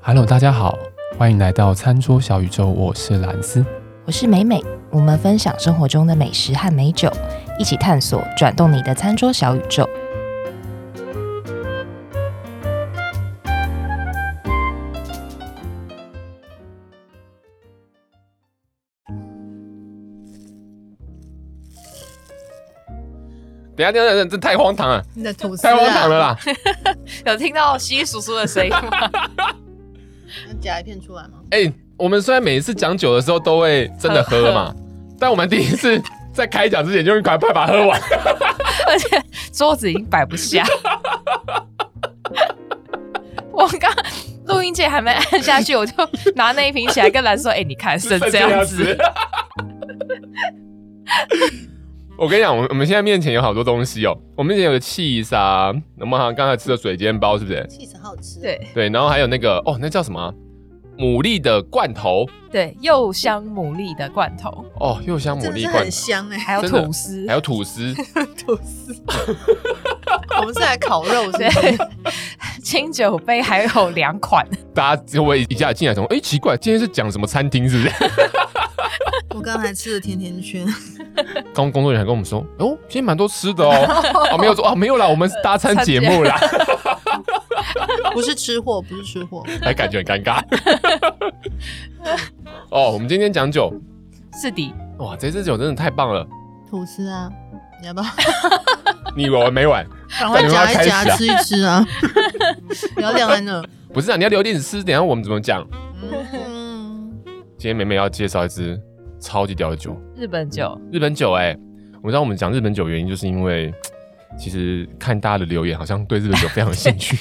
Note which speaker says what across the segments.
Speaker 1: Hello，大家好，欢迎来到餐桌小宇宙，我是蓝斯。
Speaker 2: 我是美美，我们分享生活中的美食和美酒，一起探索转动你的餐桌小宇宙。
Speaker 3: 等一下，等一下，等一下，这太荒唐了，
Speaker 4: 你的吐司、
Speaker 3: 太
Speaker 4: 啊、
Speaker 3: 荒唐了啦！
Speaker 5: 有听到稀稀疏疏的声 音吗？
Speaker 4: 那夹一片出来吗？
Speaker 3: 哎、我们虽然每一次讲酒的时候都会真的喝嘛， 但我们第一次在开讲之前就用一快快把它喝完。
Speaker 5: 而且桌子已经摆不下。我刚录音键还没按下去，我就拿那一瓶起来跟兰说：“哎、你看是这样子。。
Speaker 3: 我跟你讲，我们我们现在面前有好多东西哦，我们面前有个 cheese 啊，我们好像刚才吃的水煎包是不是？
Speaker 4: 气死，好好吃。，哦
Speaker 5: 对
Speaker 3: 对，然后还有那个哦，那叫什么啊、牡蛎的罐头
Speaker 5: 对，柚香牡蛎的罐头，
Speaker 3: 哦，柚香牡
Speaker 4: 真的
Speaker 3: �蛎
Speaker 4: 是
Speaker 3: 罐
Speaker 4: 很
Speaker 3: 头，
Speaker 4: 香哎、
Speaker 5: 还有
Speaker 3: 真的
Speaker 5: 吐司
Speaker 3: 还，有吐司，
Speaker 4: 吐司。我们是来烤肉是不
Speaker 5: 对
Speaker 4: 是？，
Speaker 5: 清酒杯还有两款，
Speaker 3: 大家会一下进来从哎、奇怪，今天是讲什么餐厅是不是？
Speaker 4: 我刚才吃的甜甜 圈，
Speaker 3: 工工作人员还跟我们说，哦，今天蛮多吃的哦，哦没有说哦没有啦，我们是搭餐节目啦，
Speaker 4: 不是吃货，不是吃货，
Speaker 3: 还哎感觉很尴尬。哦，我们今天讲酒，
Speaker 5: 是的，
Speaker 3: 哇，这支酒真的太棒了，
Speaker 4: 吐司啊，你要不要？
Speaker 3: 你有完没完？
Speaker 4: 赶快夹
Speaker 3: 赶快
Speaker 4: 一
Speaker 3: 开始啊
Speaker 4: 夹，吃一吃 啊！不要晾在那。
Speaker 3: 不是啊，你要留点吃，等一下我们怎么讲？
Speaker 4: 嗯，
Speaker 3: 今天妹妹要介绍一支超级屌的酒，
Speaker 5: 日本酒，
Speaker 3: 日本酒哎、我知道我们讲日本酒原因就是因为，其实看大家的留言好像对日本酒非常有兴趣，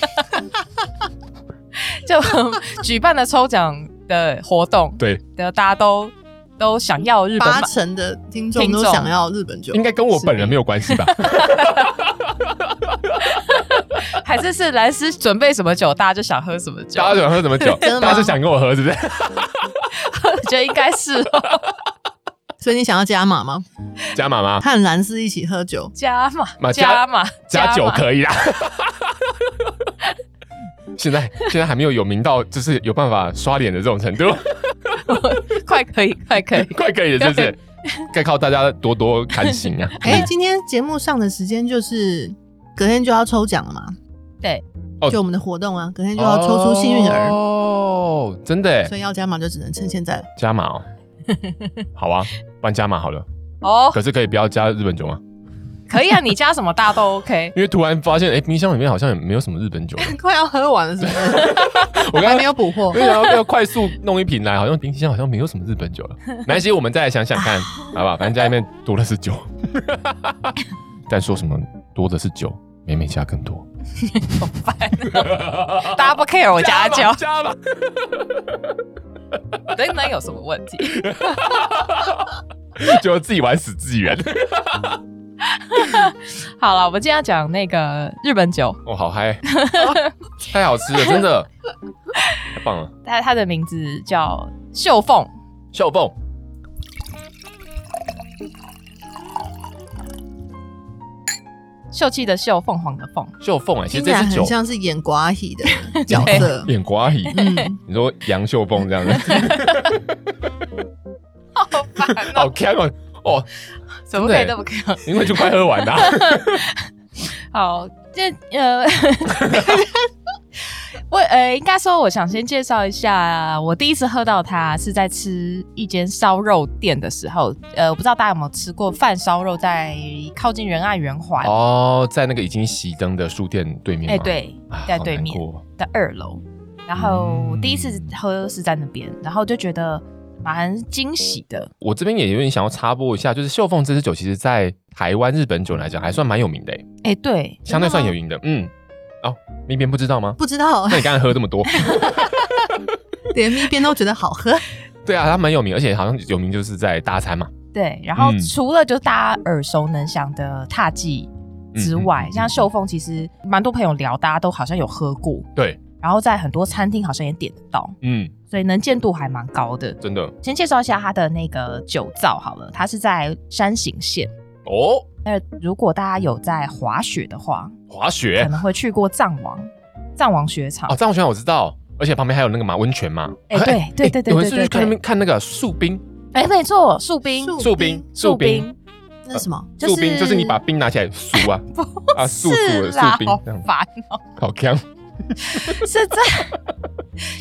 Speaker 5: 就举办的抽奖的活动，
Speaker 3: 对，
Speaker 5: 的大家都都想要日本
Speaker 4: 八
Speaker 5: 版，
Speaker 4: 成的听众
Speaker 5: 听
Speaker 4: 都
Speaker 5: 众
Speaker 4: 想要日本酒，
Speaker 3: 应该跟我本人没有关系吧？
Speaker 5: 还是是兰斯准备什么酒，大家就想喝什么酒，
Speaker 3: 大家想喝什么酒？
Speaker 4: 真的吗
Speaker 3: 大家是想跟我喝是不是？
Speaker 5: 我觉得应该是哦
Speaker 4: 所以你想要加码吗？
Speaker 3: 加码 吗？
Speaker 4: 和蓝斯一起喝酒，
Speaker 5: 加嘛
Speaker 3: 嘛加
Speaker 5: 加嘛
Speaker 3: 加酒
Speaker 5: 嘛
Speaker 3: 可以啦。 现在现在还没有有名到，就是有办法刷脸的这种程度， 。
Speaker 5: 快可以，快可以
Speaker 3: 快可以了，是不是？该靠大家多多看行 啊！
Speaker 4: 哎、今天节目上的时间就是隔天就要抽奖了嘛？
Speaker 5: 对，
Speaker 3: 哦
Speaker 4: 就我们的活动啊，隔天就要抽出幸运儿，
Speaker 3: 哦，真的耶
Speaker 4: 所以要加码就只能趁现在了。
Speaker 3: 加码哦，好啊，不然加码好了。
Speaker 5: 哦，
Speaker 3: 可是可以不要加日本酒吗？
Speaker 5: 可以啊，你加什么大都 OK。
Speaker 3: 因为突然发现，哎，冰箱里面好像也没有什么日 本酒。
Speaker 4: 快要喝完了，是不是？
Speaker 3: 我刚
Speaker 4: 还
Speaker 3: 刚
Speaker 4: 没有补 货
Speaker 5: 哦
Speaker 3: 我。想要要快速弄一瓶来，好像冰箱好像没有什么日本 酒了。没关系，我们再来想想看，好吧？反正家里面多的是酒， 但说什么多的是酒，每每加更 多。
Speaker 5: 大家不 care 哦我加
Speaker 3: 加吧
Speaker 5: 酒，
Speaker 3: 加吧。
Speaker 5: 能能有什么问题？
Speaker 3: 就自己玩死自己 人。
Speaker 5: 好了，我们今天要讲那个日本酒，
Speaker 3: 哦，好嗨，太好吃了，真的，太棒了。
Speaker 5: 它它的名字叫秀凤，
Speaker 3: 秀凤，
Speaker 5: 秀气的秀，凤凰的凤。
Speaker 3: 秀凤哎，其实
Speaker 4: 听
Speaker 3: 这
Speaker 4: 起来
Speaker 3: 支
Speaker 4: 很
Speaker 3: 酒，
Speaker 4: 像是演寡喜的角色
Speaker 3: 眼瓜姨，
Speaker 4: 嗯，
Speaker 3: 你说杨秀凤这样 子，
Speaker 5: 好烦
Speaker 3: 好强哦。哦，
Speaker 5: 怎么可以
Speaker 3: 真的
Speaker 5: 那么 care？
Speaker 3: 因为就快喝完了。
Speaker 5: 好，这呃， 我呃，应该说，我想先介绍一下，我第一次喝到它是在吃一间烧肉店的时候，呃，我不知道大家有没有吃过饭烧肉，在靠近仁爱圆环，哎、哎
Speaker 3: 哦，在那个已经熄灯的书店对面吗。
Speaker 5: 对
Speaker 3: 啊，
Speaker 5: 在
Speaker 3: 好
Speaker 5: 对
Speaker 3: 难
Speaker 5: 面
Speaker 3: 过嗯
Speaker 5: 的二楼。然后我第一次喝是在那边，然后就觉得蛮惊喜的，
Speaker 3: 我这边也有点想要插播一下，就是秀凤这支酒，其实在台湾日本酒来讲还算蛮有名的欸，
Speaker 5: 哎、对，
Speaker 3: 相对算有名的。嗯，哦，那边不知道吗？
Speaker 4: 不知道
Speaker 3: 那你刚才喝这么多，
Speaker 4: 连咪边都觉得好喝，
Speaker 3: 对啊，它蛮有名，而且好像有名就是在大餐嘛。
Speaker 5: 对，然后
Speaker 3: 嗯
Speaker 5: 除了就是大家耳熟能详的踏记之外，
Speaker 3: 嗯嗯嗯
Speaker 5: 像秀凤，其实蛮多朋友聊，大家都好像有喝过，
Speaker 3: 对，
Speaker 5: 然后在很多餐厅好像也点得到，
Speaker 3: 嗯，
Speaker 5: 所以能见度还蛮高的。
Speaker 3: 真的
Speaker 5: 先介绍一下它的那个酒造好了，它是在山形县。
Speaker 3: 哦，
Speaker 5: 那如果大家有在滑雪的话，
Speaker 3: 滑
Speaker 5: 可
Speaker 3: 雪
Speaker 5: 能会去过藏王藏王雪场
Speaker 3: 哦哦，。藏王雪我知道，而而且旁边还有那个嘛温泉嘛。
Speaker 5: 哎对对对对
Speaker 3: 我
Speaker 5: 对
Speaker 3: 是去
Speaker 5: 对
Speaker 3: 看那
Speaker 5: 对，
Speaker 3: 边看那个树冰，
Speaker 5: 哎，没错，树冰，
Speaker 4: 树
Speaker 3: 树冰，
Speaker 5: 树冰，
Speaker 4: 那是什么？
Speaker 5: 就
Speaker 3: 树冰就是你把
Speaker 5: 是
Speaker 3: 冰拿起来酥 啊啊素素
Speaker 5: 是
Speaker 3: 的
Speaker 5: 啦
Speaker 3: 素，冰
Speaker 5: 好
Speaker 3: 这样子，
Speaker 5: 烦哦，
Speaker 3: 好香。
Speaker 5: 是在，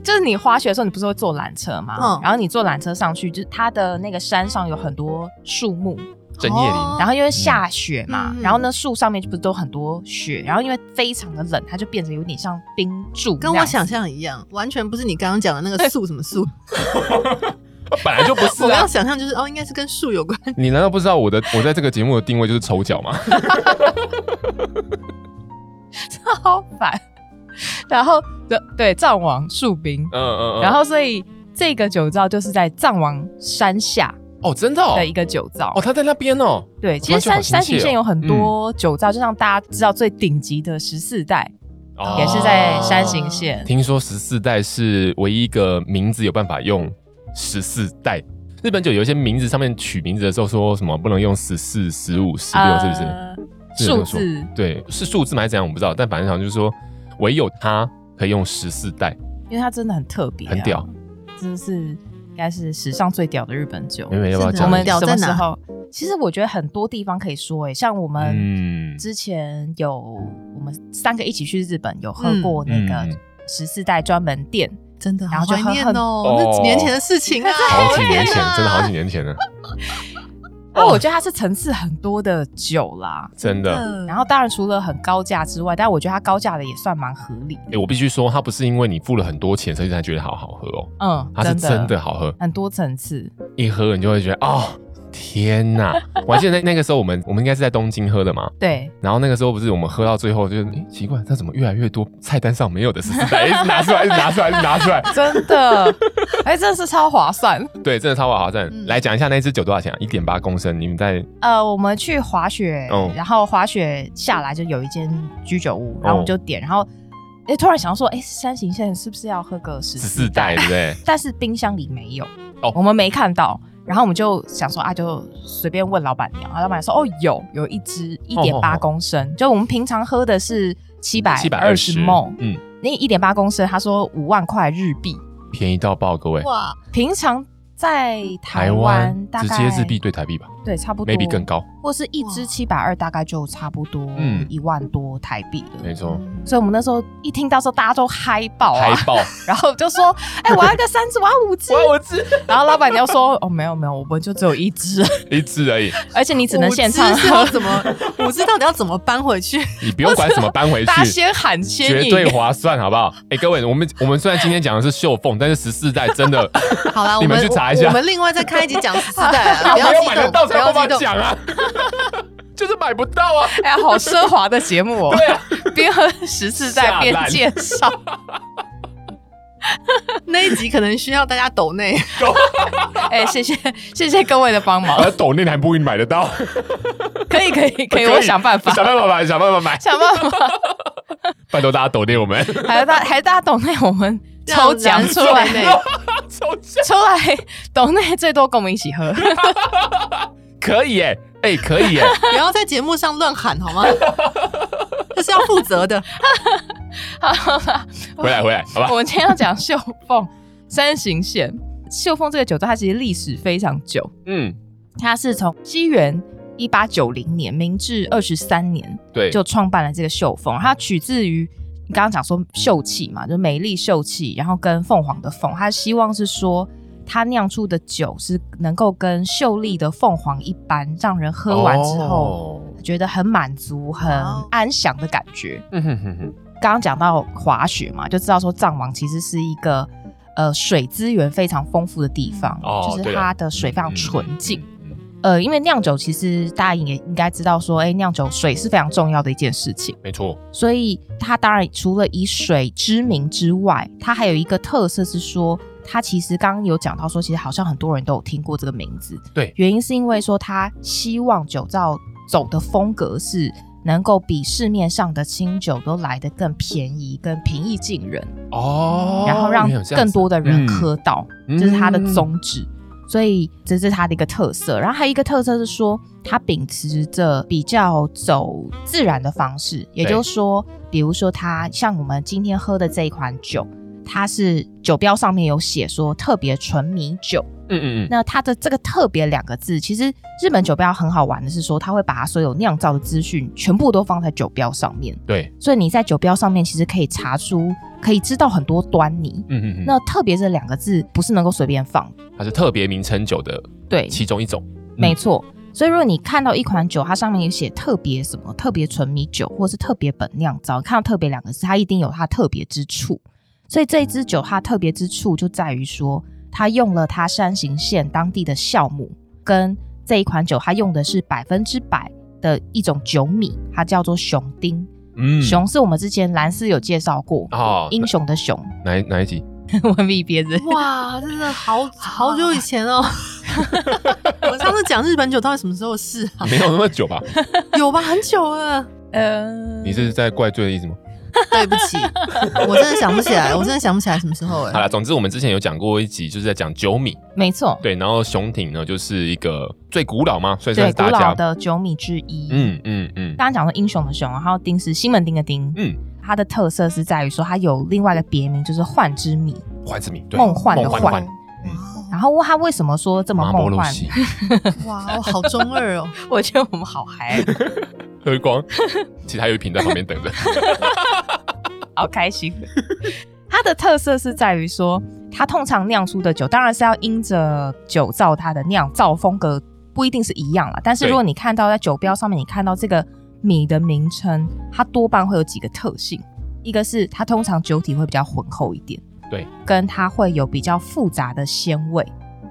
Speaker 5: 就是你滑雪的时候，你不是会坐缆车吗？
Speaker 4: 嗯
Speaker 5: 然后你坐缆车上去，就是它的那个山上有很多树木，
Speaker 3: 整夜里
Speaker 4: 哦
Speaker 5: 然后因为下雪嘛，
Speaker 4: 嗯嗯
Speaker 5: 然后呢树上面就不是都很多雪，然后因为非常的冷，它就变成有点像冰柱那样子，
Speaker 4: 跟我想象一样，完全不是你刚刚讲的那个树什么树。
Speaker 3: 本来就不是
Speaker 4: 我刚
Speaker 3: 啊
Speaker 4: 刚！想象就是哦，应该是跟树有关。
Speaker 3: 你难道不知道我的 我在这个节目的定位就是丑角吗？
Speaker 5: 超烦。然后对对，藏王树冰，
Speaker 3: 嗯嗯嗯。
Speaker 5: 然后所以这个酒造就是在藏王山下
Speaker 3: 哦，真的哦
Speaker 5: 的一个酒造。
Speaker 3: 哦，他在那边哦。
Speaker 5: 对，其实
Speaker 3: 完全好亲切哦
Speaker 5: 山山形县有很多酒造，就像大家知道最顶级的十四代
Speaker 3: 哦
Speaker 5: 也是在山形县。
Speaker 3: 听说十四代是唯一一个名字有办法用十四代。日本酒有一些名字上面取名字的时候说什么不能用十四、十五、十六，是不是？
Speaker 5: 呃
Speaker 3: 是有这么
Speaker 5: 数
Speaker 3: 说
Speaker 5: 字
Speaker 3: 对，是数字吗还是怎样？我不知道，但反正好像就是说，唯有它可以用十四代，
Speaker 5: 因为它真的很特别、
Speaker 3: 很屌，。
Speaker 5: 真的是应该是史上最屌的日本酒
Speaker 3: 妹。妹要不要
Speaker 5: 我
Speaker 4: 真的
Speaker 3: 讲
Speaker 5: 们
Speaker 3: 一下？
Speaker 4: 屌
Speaker 5: 什么
Speaker 4: 在
Speaker 5: 时
Speaker 4: 哪
Speaker 5: 候？其实我觉得很多地方可以说、欸，像我们
Speaker 3: 嗯，
Speaker 5: 之前有、我们三个一起去日本，有喝过那
Speaker 3: 嗯
Speaker 5: 个
Speaker 3: 嗯
Speaker 5: 十四代专门店，
Speaker 4: 真的
Speaker 5: 然
Speaker 4: 好
Speaker 5: 后就
Speaker 4: 怀
Speaker 5: 很
Speaker 4: 念
Speaker 3: 很
Speaker 4: 哦，那几年前的事情啊，
Speaker 3: 好几年
Speaker 4: 天
Speaker 3: 前，
Speaker 4: 哪
Speaker 3: 真的好几年前了，
Speaker 5: 那、我觉得它是层次很多的酒啦。
Speaker 3: 哦真的。
Speaker 5: 然后当然除了很高价之外，但我觉得它高价的也算蛮合理
Speaker 3: 哎、
Speaker 5: 的。
Speaker 3: 我必须说，它不是因为你付了很多钱，所以才觉得好好喝哦，
Speaker 5: 嗯，
Speaker 3: 它是真的好喝，
Speaker 5: 很多层次。
Speaker 3: 一喝你就会觉得哦，天哪！我还记得那那个时候我们我们应该是在东京喝的嘛，
Speaker 5: 对，
Speaker 3: 然后那个时候不是我们喝到最后就是，哎、奇怪，它怎么越来越多菜单上没有的十四欸代，一直拿出来，一直拿出来，一直拿出来，
Speaker 5: 真的，哎，真的是超划算。
Speaker 3: 对，真的超划算。
Speaker 4: 嗯
Speaker 3: 来讲一下那支酒多少钱、啊？一点八公升，你们在
Speaker 5: 呃，我们去滑雪，
Speaker 3: 哦
Speaker 5: 然后滑雪下来就有一间居酒屋，然后我们就点，然后哎，突然想说，哎，山形县是不是要喝个十
Speaker 3: 十四代，对不对？
Speaker 5: 但是冰箱里没有，
Speaker 3: 哦
Speaker 5: 我们没看到。然后我们就想说啊，就随便问老板娘，然后老板娘说哦，有有一
Speaker 3: 哦
Speaker 5: 支一点八公升，就我们平常喝的是七百
Speaker 3: 七百
Speaker 5: 二
Speaker 3: 二
Speaker 5: 十
Speaker 3: 十
Speaker 5: ml，
Speaker 3: 嗯，
Speaker 5: 那一点八公升，他说五万块日币，
Speaker 3: 便宜到爆，各位。
Speaker 4: 哇，
Speaker 5: 平常在台
Speaker 3: 台
Speaker 5: 湾
Speaker 3: 湾
Speaker 5: 大
Speaker 3: 直
Speaker 5: 概
Speaker 3: 接日币对台币吧
Speaker 5: 对差不多
Speaker 3: ，maybe 更，高，
Speaker 5: 或是一支
Speaker 4: 哇
Speaker 5: 七百二，大概就差不多
Speaker 3: 嗯
Speaker 5: 一万多台币了。
Speaker 3: 没错，
Speaker 5: 所以我们那时候一听到说大家都嗨爆
Speaker 3: 海
Speaker 5: 啊，
Speaker 3: 报，
Speaker 5: 然后 就说：“哎、我要一个三支，我要五支。”
Speaker 3: 我知
Speaker 5: 然后老板娘说：“哦，没有没有，我们就只有 一支，
Speaker 3: 一支而已，
Speaker 5: 而且你只能现场
Speaker 4: 五只是要
Speaker 5: 喝，
Speaker 4: 怎么？五只到底要怎么搬回去？
Speaker 3: 你不用管什么搬回
Speaker 5: 大家
Speaker 3: 去。
Speaker 5: 先喊先
Speaker 3: 绝
Speaker 5: 赢。
Speaker 3: 对划算，好不好？哎、各位，我们我们虽然今天讲的是秀凤，但是十四代真 的，
Speaker 4: 好啦，我
Speaker 3: 你们
Speaker 4: 们
Speaker 3: 去查一
Speaker 4: 我
Speaker 3: 下
Speaker 4: 我们另外再开一集讲十四代啊，不 要
Speaker 3: 没有
Speaker 4: 激
Speaker 3: 买得
Speaker 4: 动，
Speaker 3: 到
Speaker 4: 不
Speaker 3: 才
Speaker 4: 要
Speaker 3: 要帮
Speaker 4: 激
Speaker 3: 忙
Speaker 4: 动。
Speaker 3: 讲啊， 就是买不到啊。
Speaker 5: 哎呀，好奢华的节目 哦！
Speaker 3: 对啊，
Speaker 5: 边喝十次在边
Speaker 3: 下烂
Speaker 5: 介绍，
Speaker 4: 那一集可能需要大家抖 内，
Speaker 5: 哎，谢谢谢谢各位的帮忙
Speaker 3: 我，要抖内还不一定买得 到，
Speaker 5: 可以可以可以，我想办法
Speaker 3: 想办法买， 想办法买，
Speaker 5: 想办法。
Speaker 3: 拜托大家抖内我 们
Speaker 5: 还有大还大家懂内我们抽奖出来
Speaker 4: 啊内，
Speaker 3: 抽奖，
Speaker 5: 出来懂内最多跟我们一起喝，
Speaker 3: 可以哎、哎、可以哎、
Speaker 4: 不要在节目上乱喊好 吗？这是要负责的。
Speaker 5: 好吧
Speaker 3: 回来回来，好吧
Speaker 5: 我。们今天要讲秀凤山形县，秀凤这个酒庄它其实历史非常久，
Speaker 3: 嗯，
Speaker 5: 它是从西元一八九零年明治二十三年
Speaker 3: 对，
Speaker 5: 就创办了这个秀凤，它取自于。你刚刚讲说秀气嘛，就美丽秀气，然后跟凤凰的凤，它希望是说它酿出的酒是能够跟秀丽的凤凰一般，让人喝完之后、
Speaker 3: 哦
Speaker 5: 觉得很满足、很
Speaker 4: 哦
Speaker 5: 安详的感觉。
Speaker 3: 嗯哼哼哼，
Speaker 5: 刚刚讲到滑雪嘛，就知道说藏王其实是一个呃水资源非常丰富的地方，
Speaker 3: 哦
Speaker 5: 就是
Speaker 3: 对啊
Speaker 5: 它的水非常纯净。
Speaker 3: 嗯，嗯嗯
Speaker 5: 呃，因为酿酒其实大家也应该知道说，哎，酿酒水是非常重要的一件事情，
Speaker 3: 没错，
Speaker 5: 所以它当然除了以水知名之外，它还有一个特色是说。它其实刚刚有讲到说，其实好像很多人都有听过这个名字。
Speaker 3: 对
Speaker 5: 原因是因为说它希望酒造走的风格是能够比市面上的清酒都来得更便宜、更平易近人。
Speaker 3: 哦
Speaker 5: 然后让更多的人喝到，
Speaker 3: 嗯
Speaker 5: 这是它的宗旨。所以这是它的一个特色。然后还有一个特色是说，它秉持着比较走自然的方式，也就是说，比如说它像我们今天喝的这一款酒，它是酒标上面有写说特别纯米酒。
Speaker 3: 嗯嗯嗯，
Speaker 5: 那它的这个“特别”两个字，其实日本酒标很好玩的是说，它会把它所有酿造的资讯全部都放在酒标上面，
Speaker 3: 对，
Speaker 5: 所以你在酒标上面其实可以查出，可以知道很多端倪。
Speaker 3: 嗯嗯嗯，
Speaker 5: 那“特别”这两个字不是能够随便放的，
Speaker 3: 它是特别名称酒的
Speaker 5: 对，
Speaker 3: 其嗯中一种。
Speaker 5: 没错。所以，如果你看到一款酒，它上面有写特别什么、特别纯米酒，或是特别本酿造，看到“特别”两个字，它一定有它特别之处。所以，这一支酒它特别之处就在于说，它用了它山形县当地的酵母，跟这一款酒它用的是百分之百的一种酒米，它叫做雄丁。
Speaker 3: 嗯，
Speaker 5: 雄是我们之前蓝斯有介绍过，
Speaker 3: 哦，
Speaker 5: 英雄 的雄，
Speaker 3: 哪一哪一集？
Speaker 5: 文笔别人。
Speaker 4: 哇，真的好啊好久以前 哦！我上次讲日本酒到底什么时候的事啊？
Speaker 3: 没有那么久 吧？
Speaker 4: 有吧，很久了。
Speaker 5: 呃
Speaker 3: 你是在怪罪的意思吗？
Speaker 5: 嗯
Speaker 4: 对不起，我真的想不起来，我真的想不起来什么时
Speaker 3: 好
Speaker 4: 候哎。
Speaker 3: 了，总之我们之前有讲过一集，就是在讲酒米。
Speaker 5: 没错，
Speaker 3: 对，然后熊挺呢，就是一个最古老嘛，所以算
Speaker 5: 对，
Speaker 3: 是
Speaker 5: 古
Speaker 3: 大
Speaker 5: 老
Speaker 3: 家。
Speaker 5: 的酒米之一。
Speaker 3: 嗯嗯嗯，
Speaker 5: 刚刚讲的英雄的雄，然后丁是西门町的丁，
Speaker 3: 嗯，
Speaker 5: 它的特色是在于说它有另外一个别名，就是幻之谜，
Speaker 3: 幻之谜，对，
Speaker 5: 梦幻的
Speaker 3: 梦
Speaker 5: 幻
Speaker 3: 幻，
Speaker 4: 嗯
Speaker 5: 然后它为什么说这么
Speaker 3: 马波
Speaker 5: 梦
Speaker 3: 露
Speaker 5: 幻？
Speaker 3: 西，
Speaker 4: 哇，我好中二哦！
Speaker 5: 我觉得我们好嗨，啊
Speaker 3: 喝光，其实还有一瓶在旁边 等着。
Speaker 5: 好开心。它的特色是在于说，它通常酿出的酒，当然是要因着酒造它的酿造风格不一定是一样啦。但是
Speaker 3: 对
Speaker 5: 如果你看到在酒标上面，你看到这个米的名称，它多半会有几个特性，一个是它通常酒体会比较浑厚一点，
Speaker 3: 对，
Speaker 5: 跟它会有比较复杂的鲜味。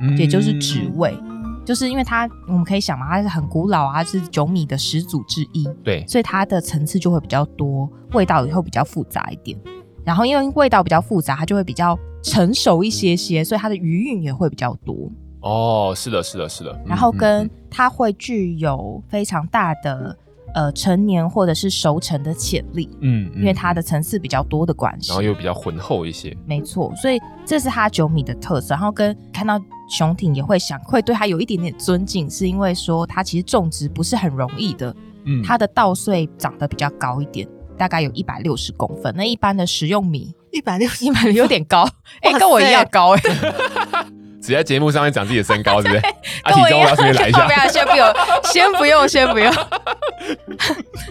Speaker 3: 嗯
Speaker 5: 也就是指味，就是因为它我们可以想嘛，它是很古老啊，它是酒米的始祖之一，
Speaker 3: 对，
Speaker 5: 所以它的层次就会比较多，味道也会比较复杂一点。然后因为味道比较复杂，它就会比较成熟一些些，所以它的余韵也会比较多。
Speaker 3: 哦，是的，是的，是的。嗯
Speaker 5: 然后
Speaker 3: 嗯
Speaker 5: 跟
Speaker 3: 嗯
Speaker 5: 它会具有非常大的呃成年或者是熟成的潜力，
Speaker 3: 嗯，嗯
Speaker 5: 因为它
Speaker 3: 嗯
Speaker 5: 的层次比较多的关系。
Speaker 3: 然后又比较浑厚一些。
Speaker 5: 没错，所以这是他九米的特色。然后跟看到熊挺也会想，会对他有一点点尊敬，是因为说他其实种植不是很容易的，
Speaker 3: 嗯，
Speaker 5: 他的稻穗长得比较高一点，大概有一百六十公分。那一般的食用 米
Speaker 4: 一百六十
Speaker 5: 一百有点高，哎、
Speaker 4: 哇塞
Speaker 5: 跟我一样高哎、
Speaker 3: 只在节目上面讲自己的身高，是不是？ 啊，
Speaker 5: 跟
Speaker 3: 体
Speaker 5: 我一
Speaker 3: 重
Speaker 5: 样
Speaker 3: 要顺便 来一下
Speaker 5: 不。要，先不 用，先不用，先不用。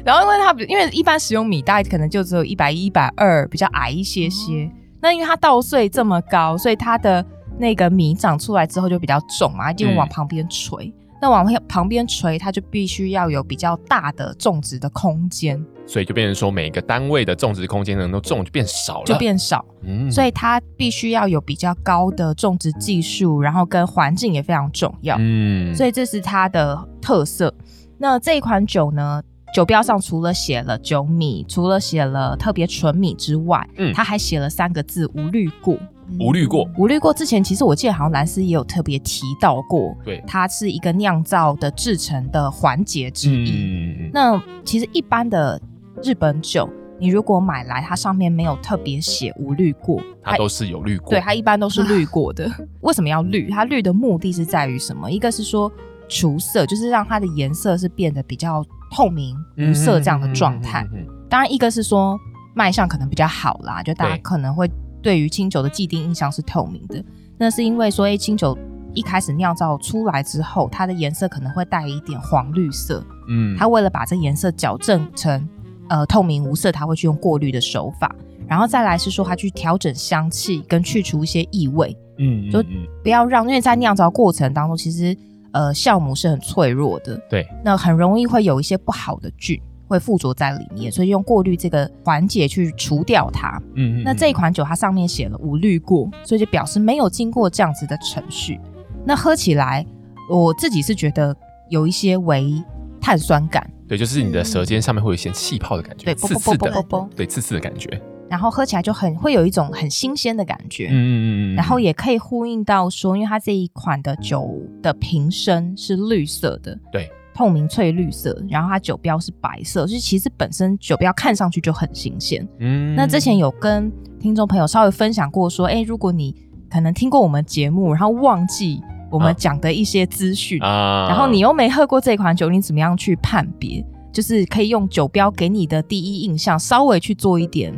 Speaker 5: 然后因为它比因为一般食用米大概可能就只有一百一、一百二，比较矮一些些。
Speaker 3: 哦
Speaker 5: 那因为它稻穗这么高，所以它的那个米长出来之后就比较重嘛，一定会往
Speaker 3: 嗯
Speaker 5: 旁边垂。那往旁边垂，它就必须要有比较大的种植的空间，
Speaker 3: 所以就变成说，每个单位的种植空间能够种就变少了，
Speaker 5: 就变少。
Speaker 3: 嗯，
Speaker 5: 所以它必须要有比较高的种植技术，然后跟环境也非常重要。
Speaker 3: 嗯，
Speaker 5: 所
Speaker 3: 以
Speaker 5: 以这是它的特色。那这一款酒呢，酒标上除了写了酒米，除了写了特别纯米之外，
Speaker 3: 嗯
Speaker 5: 它还写了三个字无滤过。
Speaker 3: 无滤过，
Speaker 5: 无滤过之前，其实我记得好像兰斯也有特别提到过，
Speaker 3: 对，
Speaker 5: 它是一个酿造的制成的环节之一。
Speaker 3: 嗯，
Speaker 5: 那其实一般的日本酒，你如果买来，它上面没有特别写无滤过，
Speaker 3: 它都是有滤过，啊
Speaker 5: 对，它一般都是滤过的。为什么要滤？它滤的目的是在于什么？一个是说除色，就是让它的颜色是变得比较透明、无色这样的状态。
Speaker 3: 嗯嗯。嗯嗯嗯嗯嗯
Speaker 5: 当然，一个是说卖相可能比较好啦，就大家
Speaker 3: 对
Speaker 5: 可能会对于清酒的既定印象是透明的。那是因为说，哎，清酒一开始酿造出来之后，它的颜色可能会带一点黄绿色。
Speaker 3: 嗯
Speaker 5: 它为了把这颜色矫正成呃透明无色，它会去用过滤的手法，然后再来是说它去调整香气跟去除一些异味，
Speaker 3: 嗯嗯
Speaker 5: 就
Speaker 3: 嗯
Speaker 5: 不要让因为在酿造过程当中，其实呃酵母是很脆弱的，
Speaker 3: 对，
Speaker 5: 那很容易会有一些不好的菌会附着在里面，所以用过滤这个环节去除掉它。
Speaker 3: 嗯嗯
Speaker 5: 那这一款酒它上面写了无滤过，所以就表示没有经过这样子的程序。那喝起来，我自己是觉得有一些微碳酸感。
Speaker 3: 对，就是你的舌尖上面会有一些气泡的感觉，
Speaker 5: 嗯对啵
Speaker 3: 刺
Speaker 5: 啵
Speaker 3: 刺
Speaker 5: 啵啵
Speaker 3: 的，
Speaker 5: 啵啵
Speaker 3: 对，刺刺的感觉。
Speaker 5: 然后喝起来就很会有一种很新鲜的感觉。
Speaker 3: 嗯嗯嗯嗯。
Speaker 5: 然后也可以呼应到说，因为它这一款的酒的瓶身是绿色的，
Speaker 3: 对，
Speaker 5: 透明翠绿色，然后它酒标是白色，就是其实本身酒标看上去就很新鲜。
Speaker 3: 嗯
Speaker 5: 那之前有跟听众朋友稍微分享过说，哎，如果你可能听过我们节目，然后忘记我
Speaker 3: 啊
Speaker 5: 们讲的一些资讯，
Speaker 3: 啊，
Speaker 5: 然后你又没喝过这款酒，你怎么样去判别？就是可以用酒标给你的第一印象稍微去做一点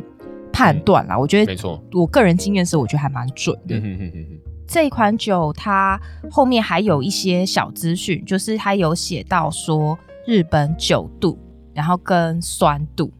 Speaker 5: 判断啦。我觉
Speaker 3: 嗯没
Speaker 5: 得
Speaker 3: 错。
Speaker 5: 我个人经验是，我觉得还蛮准的。
Speaker 3: 嗯哼哼哼哼
Speaker 5: 这一款酒它后面还有一些小资讯，就是它有写到说日本酒度，然后跟酸度，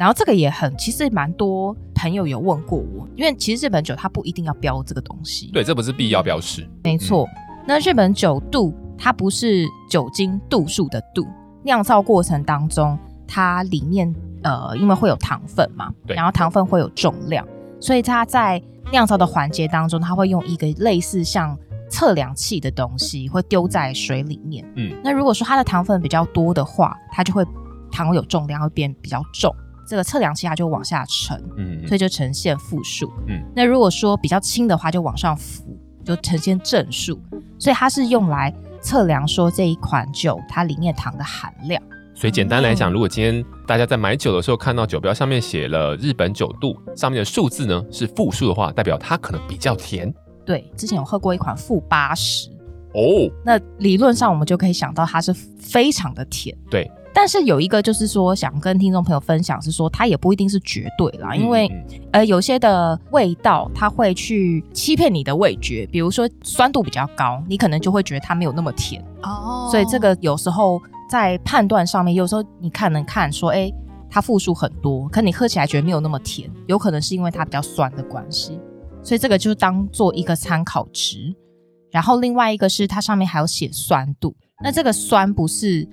Speaker 5: 然后这个也很，其实蛮多朋友有问过我，因为其实日本酒它不一定要标这个东西，，
Speaker 3: 对，这不是必要标识。
Speaker 5: 没错。那日本酒度它不是酒精度数的度，酿造过程当中它里面呃，因为会有糖分嘛，
Speaker 3: 对
Speaker 5: 然后糖分会有重量，所以它在酿造的环节当中，它会用一个类似像测量器的东西，会丢在水里面。
Speaker 3: 嗯，
Speaker 5: 那如果说它的糖分比较多的话，它就会糖会有重量，会变比较重。这个测量器它就往下沉，
Speaker 3: 嗯，
Speaker 5: 所以就呈现负数。
Speaker 3: 嗯
Speaker 5: 嗯，那如果说比较轻的话，就往上浮，就呈现正数。所以它是用来测量说这一款酒它里面糖的含量。
Speaker 3: 所以简单来讲，如果今天大家在买酒的时候看到酒标上面写了日本酒度，上面的数字呢是负数的话，代表它可能比较甜
Speaker 5: 对，之前有喝过一款负八十，
Speaker 3: 哦。
Speaker 5: 那理论上我们就可以想到它是非常的甜。
Speaker 3: 对。
Speaker 5: 但是有一个就是说，想跟听众朋友分享是说，它也不一定是绝对啦，因为、
Speaker 3: 嗯嗯
Speaker 5: 呃有些的味道它会去欺骗你的味觉，比如说酸度比较高，你可能就会觉得它没有那么甜。
Speaker 4: 哦
Speaker 5: 所以这个有时候在判断上面，有时候你看能看说，哎、它复数很多，可你喝起来觉得没有那么甜，有可能是因为它比较酸的关系，所以这个就当做一个参考值。然后另外一个是它上面还有写酸度，那这个酸不是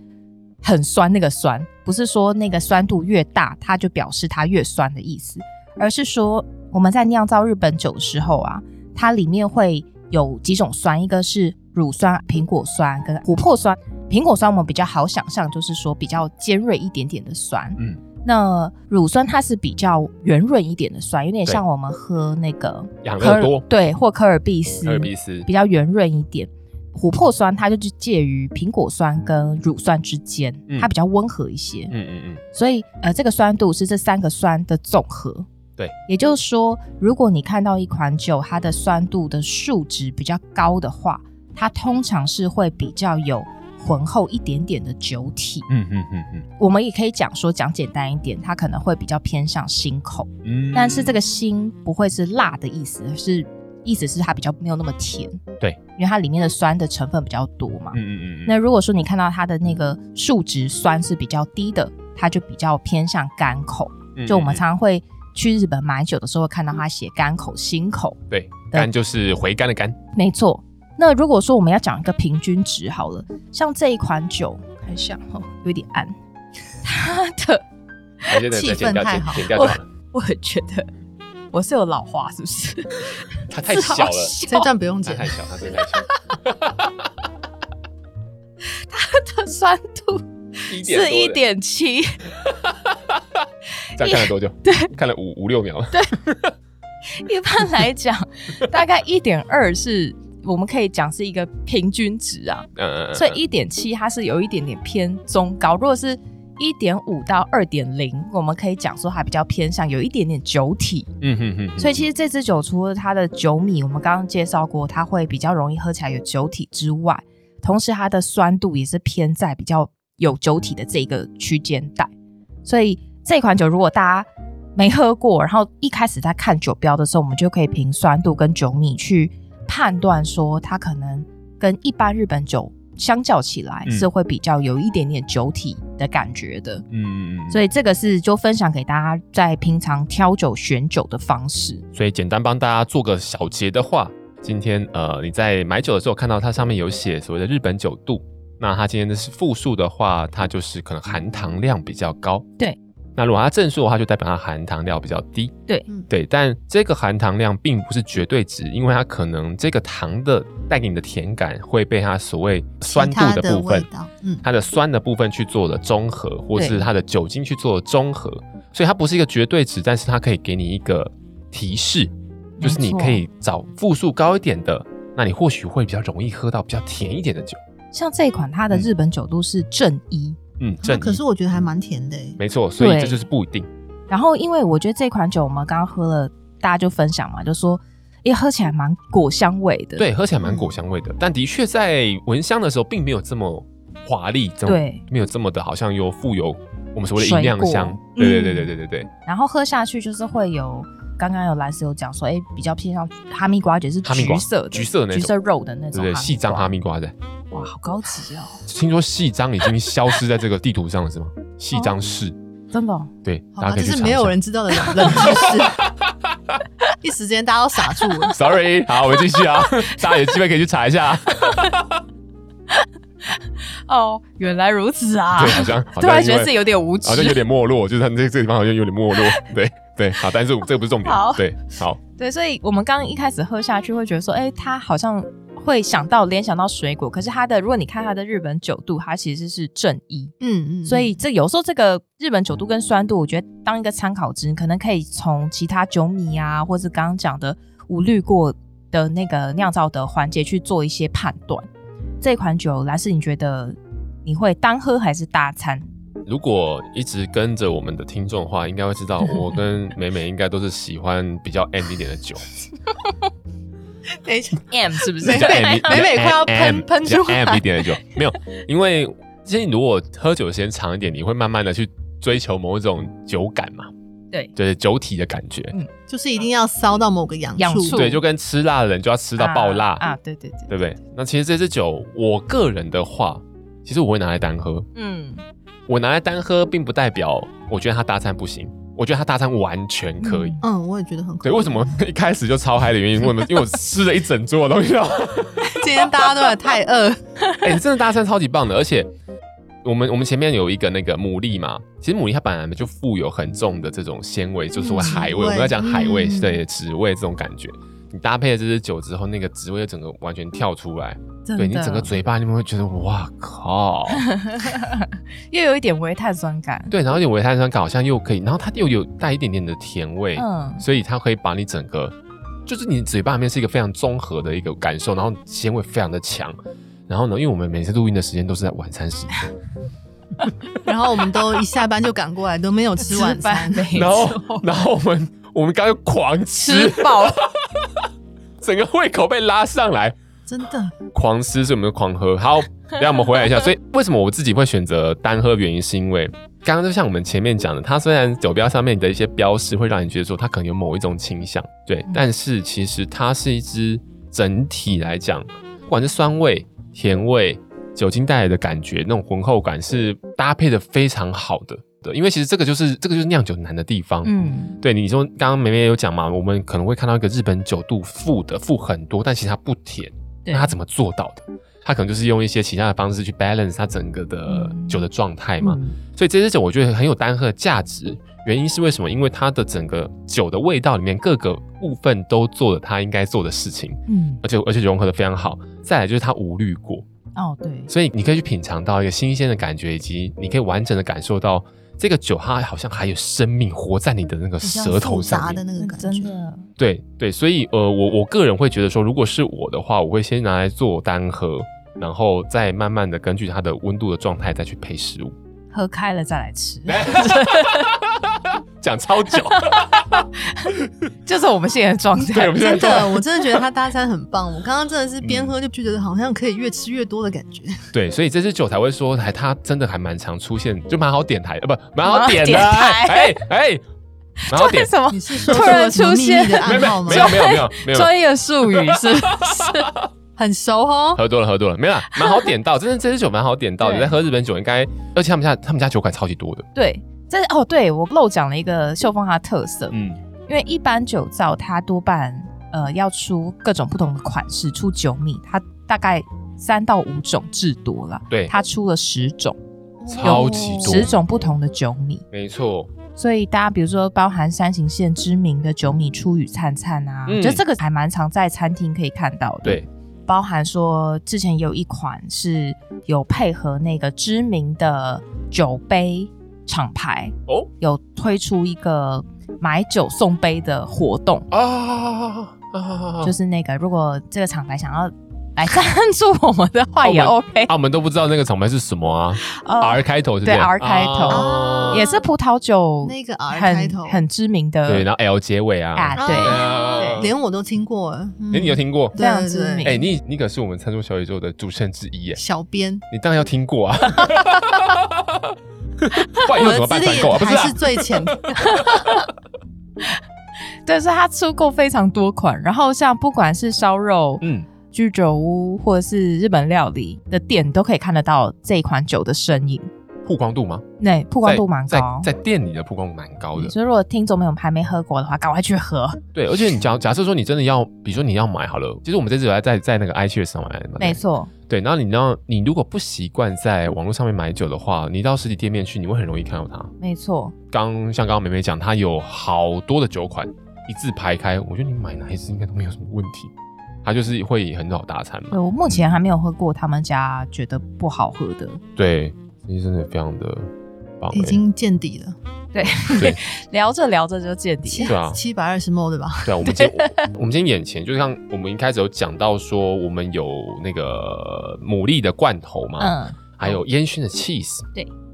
Speaker 5: 很酸那个酸，不是说那个酸度越大，它就表示它越酸的意思，而是说我们在酿造日本酒的时候啊，它里面会有几种酸，一个是乳酸、苹果酸跟琥珀酸。苹果酸我们比较好想象，就是说比较尖锐一点点的酸。
Speaker 3: 嗯
Speaker 5: 嗯，那乳酸它是比较圆润一点的酸，有点
Speaker 3: 对
Speaker 5: 像我们喝那个
Speaker 3: 养
Speaker 5: 科
Speaker 3: 乐
Speaker 5: 尔
Speaker 3: 多、
Speaker 5: 对或科尔必斯，
Speaker 3: 科尔必斯
Speaker 5: 比较圆润一点。琥珀酸它就是介于苹果酸跟乳酸之间，
Speaker 3: 嗯
Speaker 5: 它比较温和一些。
Speaker 3: 嗯嗯
Speaker 5: 所以呃，这个酸度是这三个酸的总和。
Speaker 3: 对，
Speaker 5: 也就是说，如果你看到一款酒，它的酸度的数值比较高的话，它通常是会比较有浑厚一点点的酒体。
Speaker 3: 嗯嗯嗯嗯
Speaker 5: 我们也可以讲说，讲简单一点，它可能会比较偏向辛口，
Speaker 3: 嗯
Speaker 5: 但是
Speaker 3: 个
Speaker 5: 这个辛不会是辣的意思，是意思是它比较没有那么甜。
Speaker 3: 对，
Speaker 5: 因为它里面的酸的成分比较多嘛。
Speaker 3: 嗯嗯嗯
Speaker 5: 那如果说你看到它的那个数值酸是比较低的，它就比较偏向干口。
Speaker 3: 那
Speaker 5: 就我们常常会去日本买酒的时候，会看到它写干口、新口，
Speaker 3: 对干就是回甘的甘，
Speaker 5: 没错。那如果说我们要讲一个平均值好了，像这一款酒，看一下哦，有点暗，它的
Speaker 3: 我觉得
Speaker 4: 气
Speaker 3: 再剪
Speaker 4: 氛
Speaker 3: 掉
Speaker 4: 太
Speaker 3: 剪
Speaker 4: 好
Speaker 3: 剪掉就好了，
Speaker 5: 我觉得我是有老花是不是？
Speaker 3: 它太小
Speaker 5: 好
Speaker 3: 了，
Speaker 5: 笑
Speaker 4: 这段不用
Speaker 3: 它
Speaker 4: 剪
Speaker 3: 太，小，它真的太小，
Speaker 5: 它的酸度
Speaker 3: 一点多的
Speaker 5: 是一，点七，
Speaker 3: 这样看了多久？对，看了五五六秒，对，
Speaker 5: 一般 来讲大概一点二是我们可以讲是一个平均值啊。
Speaker 3: 嗯嗯，
Speaker 5: 所以
Speaker 3: 一
Speaker 5: 一点七它是有一点点偏中高，如果是一点五到二点零，我们可以讲说它比较偏向有一点点酒体。
Speaker 3: 嗯嗯嗯，
Speaker 5: 所以其实这支酒除了它的酒米，我们刚刚介绍过，它会比较容易喝起来有酒体之外，同时它的酸度也是偏在比较有酒体的这个区间带。所以这款酒如果大家没喝过，然后一开始在看酒标的时候，我们就可以凭酸度跟酒米去判断说它可能跟一般日本酒相较起来
Speaker 3: 嗯
Speaker 5: 是会比较有一点点酒体的感觉的。
Speaker 3: 嗯嗯嗯，
Speaker 5: 所以这个是就分享给大家在平常挑酒选酒的方式。
Speaker 3: 所以简单帮大家做个小结的话，今天呃你在买酒的时候看到它上面有写所谓的日本酒度，那它今天的是负数的话，它就是可能含糖量比较高。
Speaker 5: 对。
Speaker 3: 那如果它正数的话，就代表它含糖量比较低。
Speaker 5: 对
Speaker 4: 嗯
Speaker 3: 对，但这个含糖量并不是绝对值，因为它可能这个糖的带给你的甜感会被它所谓酸度
Speaker 4: 其他
Speaker 3: 的部
Speaker 4: 味
Speaker 3: 分，
Speaker 4: 道，嗯，
Speaker 3: 它的酸的部分去做的中和，或是
Speaker 5: 对
Speaker 3: 它的酒精去做的中和，所以它不是一个绝对值，但是它可以给你一个提示，就是你
Speaker 5: 没错
Speaker 3: 可以找负数高一点的，那你或许会比较容易喝到比较甜一点的酒。
Speaker 5: 像这一款，它的
Speaker 3: 嗯
Speaker 5: 日本酒都是正一。
Speaker 3: 嗯，正
Speaker 4: 啊可
Speaker 3: 一
Speaker 4: 是我觉得还蛮甜的欸耶，
Speaker 3: 没错，所以
Speaker 5: 啊对
Speaker 3: 这就是不一定。
Speaker 5: 然后，因为我觉得这款酒我们刚刚喝了，大家就分享嘛，就说，也喝起来蛮果香味的。
Speaker 3: 对，喝起来蛮果香味
Speaker 5: 嗯
Speaker 3: 的，但的确在闻香的时候并没有这么华丽，这么
Speaker 5: 对
Speaker 3: 没有这么的好像又富有我们所谓的音量香
Speaker 5: 水。
Speaker 3: 对对
Speaker 5: 嗯
Speaker 3: 对对对对对，
Speaker 5: 然后喝下去就是会有，刚刚有蓝斯有讲说，哎，比较偏向哈密瓜，而且是
Speaker 3: 哈密瓜
Speaker 5: 橘色的、
Speaker 3: 橘色那种
Speaker 5: 橘色肉的那
Speaker 3: 对
Speaker 5: 种
Speaker 3: 对
Speaker 5: 密瓜
Speaker 3: 细张哈，密瓜的。
Speaker 5: 哇，好高级哦，
Speaker 3: 听说细张已经消失在这个地图上了，是吗？细张市，
Speaker 5: 真的哦、
Speaker 3: 对，
Speaker 4: 好
Speaker 3: 大家
Speaker 4: 吧，
Speaker 3: 可
Speaker 4: 这
Speaker 3: 以去查一
Speaker 4: 是
Speaker 3: 下。
Speaker 4: 没有人知道的冷冷知识， 一时间大家都傻住了。
Speaker 3: Sorry，好，我们继续啊，大家有机会可以去查一下。啊
Speaker 5: 哦，原来如此啊
Speaker 3: 对，好像好
Speaker 5: 突
Speaker 3: 像
Speaker 5: 然
Speaker 3: 因
Speaker 5: 觉得
Speaker 3: 为
Speaker 5: 自己有点无
Speaker 3: 好像
Speaker 5: 知
Speaker 3: 有。点没落，就是他们这这个地方好像有点没落。对对，好，但是这个不是重点
Speaker 5: 好。
Speaker 3: 对，好，
Speaker 5: 对，所以我们刚刚一开始喝下去会觉得说，哎，它好像会想到联想到水果，可是它的如果你看它的日本酒度，它其实是正一，
Speaker 4: 嗯嗯，
Speaker 5: 所以这有时候这个日本酒度跟酸度，我觉得当一个参考值，可能可以从其他酒米啊，或是刚刚讲的无滤过的那个酿造的环节去做一些判断。这款酒，兰斯，你觉得你会单喝还是大餐？
Speaker 3: 如果一直跟着我们的听众的话，应该会知道我跟美美应该都是喜欢比较 M 一点的酒，
Speaker 4: 等一下，
Speaker 5: M 是 不是
Speaker 4: 美
Speaker 3: 比较 M 一
Speaker 4: 美美快要喷
Speaker 3: M-
Speaker 4: 喷出来
Speaker 3: 比较 M 一点的酒，没有，因为其实你如果喝酒的时间长一点，你会慢慢的去追求某一种酒感嘛，
Speaker 5: 对
Speaker 3: 就是酒体的感觉，
Speaker 4: 就是一定要烧到某个痒
Speaker 5: 痒
Speaker 4: 处，
Speaker 5: 处
Speaker 3: 对，就跟吃辣的人就要吃到爆辣，
Speaker 5: 啊啊对对对，
Speaker 3: 对不对？那其实这支酒，我个人的话，其实我会拿来单喝，
Speaker 5: 嗯，
Speaker 3: 我拿来单喝，并不代表我觉得它搭餐不行，我觉得它搭餐完全可以。
Speaker 5: 嗯
Speaker 4: 嗯，我也觉得很
Speaker 3: 对，为什么 一开始就超嗨的原因？为什么？因为我吃了一整桌的东西啊！
Speaker 4: 今天大家都有点太饿，
Speaker 3: 哎、真的搭餐超级棒的，而且我们我们前面有一个那个牡蛎嘛，其实牡蛎它本来就富有很重的这种鲜味，就是会海
Speaker 4: 嗯
Speaker 3: 味。我们要讲海味，
Speaker 4: 嗯
Speaker 3: 对，脂味这种感觉。你搭配了这支酒之后，那个滋味就整个完全跳出来，
Speaker 5: 真的，
Speaker 3: 对你整个嘴巴里面会觉得哇靠，
Speaker 5: 又有一点微碳酸感，
Speaker 3: 对，然后有维他酸感好像又可以，然后它又有带一点点的甜味，
Speaker 5: 嗯，
Speaker 3: 所以它可以把你整个，就是你嘴巴里面是一个非常综合的一个感受，然后鲜味非常的强。然后呢，因为我们每次录音的时间都是在晚餐时间，
Speaker 4: 然后我们都一下班就赶过来，都没有 吃晚餐。
Speaker 5: 吃饭没
Speaker 3: 然后
Speaker 5: 错，
Speaker 3: 然后我们我们刚刚狂 吃
Speaker 5: 吃，饱，
Speaker 3: 整个胃口被拉上来，
Speaker 4: 真的，
Speaker 3: 狂吃，所以我们就狂喝。好，让我们回来一下。所以为什么我自己会选择单喝？原因是因为刚刚就像我们前面讲的，它虽然酒标上面的一些标识会让你觉得说它可能有某一种倾向，对，
Speaker 5: 嗯
Speaker 3: 但是其实它是一支整体来讲，不管是酸味、甜味、酒精带来的感觉，那种浑厚感是搭配的非常好的。对，因为其实这个就是这个就是酿酒难的地方，
Speaker 5: 嗯，
Speaker 3: 对，你说刚刚梅梅有讲嘛，我们可能会看到一个日本酒度富的富很多，但其实它不甜，
Speaker 5: 对
Speaker 3: 那它怎么做到的？它可能就是用一些其他的方式去 balance 它整个的
Speaker 5: 嗯
Speaker 3: 酒的状态嘛。所以这支酒我觉得很有单喝的价值，原因是为什么？因为它的整个酒的味道里面各个部分都做了它应该做的事情，
Speaker 5: 嗯，
Speaker 3: 而且而且融合的非常好。再来就是它无滤过，
Speaker 5: 哦，对，
Speaker 3: 所以你可以去品尝到一个新鲜的感觉，以及你可以完整的感受到这个酒它好像还有生命活在你的那个舌头上
Speaker 4: 杂
Speaker 3: 面
Speaker 4: 的那个感
Speaker 5: 真
Speaker 4: 觉，
Speaker 5: 的，
Speaker 3: 对对，所以呃，我我个人会觉得说，如果是我的话，我会先拿来做单喝，然后再慢慢的根据它的温度的状态再去配食物。
Speaker 5: 喝开了再来吃，
Speaker 3: 讲超久，
Speaker 5: 就是我们现在的状
Speaker 3: 对，
Speaker 5: 态
Speaker 3: 我。们现在
Speaker 4: 真
Speaker 3: 做
Speaker 4: 的，我真的觉得它搭餐很棒。我刚刚真的是边喝就觉得好像可以越吃越多的感 觉。
Speaker 3: 对，所以这支酒才会说，还它真的还蛮常出现，就蛮好点台，呃，不，蛮
Speaker 5: 蛮
Speaker 3: 好
Speaker 5: 好
Speaker 3: 点的，
Speaker 5: 点台
Speaker 3: 哎哎，蛮好点
Speaker 5: 为，什么
Speaker 4: 你是说
Speaker 5: 突然
Speaker 4: 什么
Speaker 5: 出现
Speaker 4: 秘密的
Speaker 3: 没有
Speaker 4: 暗
Speaker 3: 没
Speaker 4: 号
Speaker 3: 有
Speaker 4: 吗
Speaker 3: 没？有没有没有没有，
Speaker 5: 专业术语是不是？
Speaker 4: 很熟哦，
Speaker 3: 喝多了，喝多了，没啦，蛮好点到，真的这支酒蛮好点到的。
Speaker 5: 对
Speaker 3: 你在喝日本酒，应该，而且他们家他们家酒款超级多的，
Speaker 5: 对，这哦，对我漏讲了一个秀峰它的特色，
Speaker 3: 嗯，
Speaker 5: 因为一般酒造它多半呃要出各种不同的款式，出酒米，它大概三到五种至多了，
Speaker 3: 对
Speaker 5: 它出了十种，
Speaker 3: 超级多
Speaker 5: 十种不同的酒米，
Speaker 3: 没错，
Speaker 5: 所以大家比如说包含山形县知名的酒米初雨灿灿啊，
Speaker 3: 嗯
Speaker 5: 就这个还蛮常在餐厅可以看到的。
Speaker 3: 对，
Speaker 5: 包含说之前有一款是有配合那个知名的酒杯厂牌，
Speaker 3: 哦
Speaker 5: 有推出一个买酒送杯的活动，
Speaker 3: 啊啊啊啊啊，
Speaker 5: 就是那个如果这个厂牌想要。来 赞
Speaker 3: 哦
Speaker 5: 助我们的话也
Speaker 3: 澳
Speaker 5: OK，
Speaker 3: 啊，我们都不知道那个厂牌是什么啊
Speaker 5: 呃，
Speaker 3: ，R 开头是
Speaker 5: 对
Speaker 3: 这样
Speaker 5: R 开头
Speaker 3: 啊
Speaker 5: 也是葡萄酒
Speaker 4: 那个 R 开
Speaker 5: 很
Speaker 4: 头，哦
Speaker 5: 很知名的
Speaker 3: 对，然后 L 结尾啊，
Speaker 5: 啊，对。
Speaker 3: 啊
Speaker 4: 连我都听过。嗯
Speaker 3: 哎，你有听过？
Speaker 5: 非常知名
Speaker 3: 哎、你你可是我们餐桌小宇宙的主持人之一耶，
Speaker 4: 小编，
Speaker 3: 你当然要听过 啊，不然你有什么
Speaker 4: 我的
Speaker 3: 办
Speaker 4: 资
Speaker 3: 团
Speaker 4: 历
Speaker 3: 购啊？不是、
Speaker 4: 还
Speaker 3: 啊
Speaker 4: 是，最 浅。
Speaker 5: 对，所以它出过非常多款。然后像不管是烧肉、
Speaker 3: 嗯，
Speaker 5: 居酒屋或者是日本料理的店，你都可以看得到这一款酒的身影。
Speaker 3: 曝光度吗？
Speaker 5: 那曝光度蛮
Speaker 3: 在
Speaker 5: 高。
Speaker 3: 在在店里的曝光度蛮高的
Speaker 5: 嗯。所以如果听众朋友们还没喝过的话，赶快去喝。
Speaker 3: 对，而且你假假设说你真的要，比如说你要买好了，其实我们这次有在在在那个 iCheers 上买嘛，
Speaker 5: 没错，
Speaker 3: 对。然后你要你如果不习惯在网络上面买酒的话，你到实体店面去，你会很容易看到它。
Speaker 5: 没错，
Speaker 3: 刚像刚刚梅梅讲，它有好多的酒款一字排开，我觉得你买哪一支应该都没有什么问题，它就是会很好搭餐嘛
Speaker 5: 对。我目前还没有喝过他们家觉得不好喝的，
Speaker 3: 对，这些真的非常的棒、欸，
Speaker 4: 已经见底了，
Speaker 5: 聊着聊着就见底
Speaker 4: 七
Speaker 5: 了。
Speaker 3: 对啊
Speaker 4: 七百二十 ml 对吧？
Speaker 3: 对啊。我们今 天我们今天眼前就是像我们一开始有讲到说，我们有那个牡蛎的罐头嘛，
Speaker 5: 嗯，
Speaker 3: 还有烟熏的 cheese，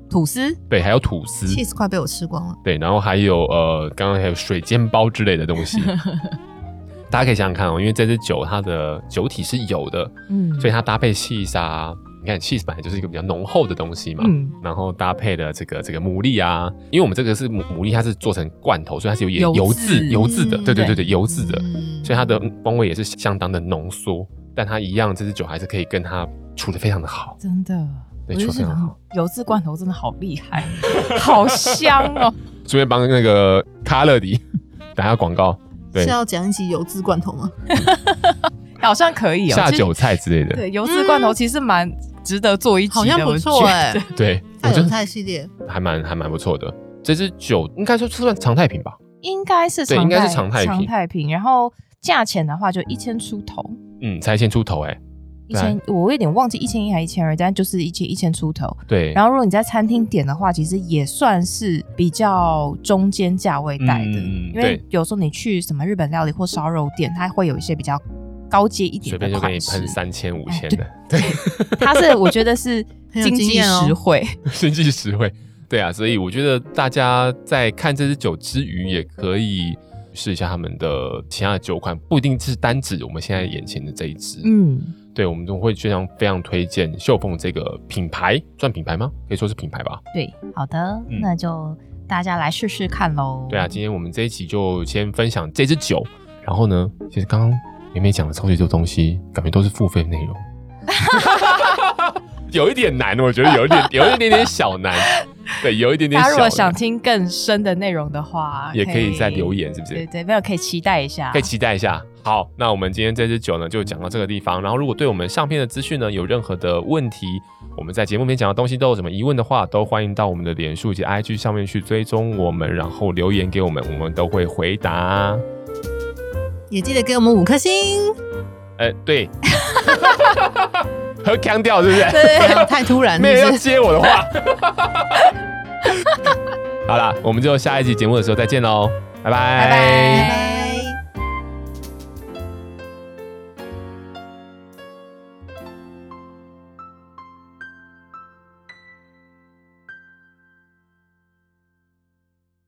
Speaker 5: 吐司
Speaker 3: 对，还有吐司，
Speaker 4: cheese 快被我吃光了。
Speaker 3: 对，然后还有呃，刚刚还有水煎包之类的东西。大家可以想想看哦，因为这支酒它的酒体是有的，
Speaker 5: 嗯
Speaker 3: 所以它搭配 cheese 啊，你看 cheese 本来就是一个比较浓厚的东西嘛，
Speaker 5: 嗯
Speaker 3: 然后搭配了这个这个牡蛎啊，因为我们这个是牡牡蛎，它是做成罐头，所以它是有
Speaker 5: 油
Speaker 3: 油
Speaker 5: 渍
Speaker 3: 渍油渍的，
Speaker 4: 嗯
Speaker 3: 对对对对，油渍的，
Speaker 4: 嗯
Speaker 3: 所以它的风味也是相当的浓缩，但它一样这支酒还是可以跟它处的非常的好，
Speaker 5: 真的，
Speaker 3: 对
Speaker 5: 我就
Speaker 3: 说得
Speaker 5: 是
Speaker 3: 很好
Speaker 5: 油渍罐头真的好厉害， 好香哦。
Speaker 3: 顺便帮那个卡乐迪 打下广告，对
Speaker 4: 是要讲一集油渍罐头吗？
Speaker 5: 好像可以哦，
Speaker 3: 下
Speaker 5: 其实
Speaker 3: 酒菜之类的，
Speaker 5: 对油渍罐头其实蛮值得做一集的，
Speaker 4: 嗯好像不错哎、
Speaker 5: 哎。
Speaker 3: 对，我
Speaker 4: 菜
Speaker 3: 觉
Speaker 4: 有
Speaker 3: 得
Speaker 4: 菜系列，
Speaker 3: 还蛮还蛮不错的。这支酒应该说算常态品吧，
Speaker 5: 应该是
Speaker 3: 对
Speaker 5: 常
Speaker 3: 应该是
Speaker 5: 态
Speaker 3: 常态
Speaker 5: 常
Speaker 3: 品
Speaker 5: 态品，然后价钱的话就一千出头，
Speaker 3: 嗯，才先出头哎、
Speaker 5: 一千我有点忘记一千一还一千二，但就是一千一千出头。
Speaker 3: 对，
Speaker 5: 然后如果你在餐厅点的话，其实也算是比较中间价位带的，
Speaker 3: 嗯嗯嗯
Speaker 5: 因为
Speaker 3: 对
Speaker 5: 有时候你去什么日本料理或烧肉店，它会有一些比较高阶一点
Speaker 3: 随便
Speaker 5: 的
Speaker 3: 就给你
Speaker 5: 款式
Speaker 3: 喷，三千五
Speaker 5: 哎
Speaker 3: 千
Speaker 5: 对
Speaker 3: 的，
Speaker 5: 它是我觉得是
Speaker 4: 很有
Speaker 5: 经
Speaker 4: 经
Speaker 5: 济
Speaker 4: 验哦
Speaker 5: 实惠，
Speaker 3: 经济实惠。对啊，所以我觉得大家在看这支酒之余，也可以试一下他们的其他的酒款，不一定是单指我们现在眼前的这一支。
Speaker 5: 嗯，
Speaker 3: 对，我们都会非常非常推荐秀凤这个品牌，算品牌吗？可以说是品牌吧。
Speaker 5: 对，好的，
Speaker 3: 嗯
Speaker 5: 那就大家来试试看喽。
Speaker 3: 对啊，今天我们这一期就先分享这支酒，然后呢，其实刚刚梅梅讲的超级多东西，感觉都是付费内容， 有一点难，我觉得有一点有一点点小难，对，有一点点
Speaker 5: 大
Speaker 3: 小
Speaker 5: 家
Speaker 3: 难。
Speaker 5: 如果想听更深的内容的话，
Speaker 3: 也可以再留。言，是不
Speaker 5: 对
Speaker 3: 是？
Speaker 5: 对，没有可以期待一下。
Speaker 3: 可以期待一下。好，那我们今天这支酒呢，就讲到这个地方。然后，如果对我们上片的资讯呢有任何的问题，我们在节目里面讲的东西都有什么疑问的话，都欢迎到我们的脸书以及 IG 上面去追踪我们，然后留言给我们，我们都会回答。
Speaker 4: 也记得给我们五颗星。
Speaker 3: 呃，对，喝腔调是不
Speaker 5: 啊
Speaker 3: 是？
Speaker 4: 没有 太突然，
Speaker 3: 没人
Speaker 4: 是
Speaker 3: 要
Speaker 4: 不是
Speaker 3: 接我的话。 好啦，我们就下一集节目的时候再见喽，拜拜
Speaker 5: 拜拜
Speaker 4: 拜拜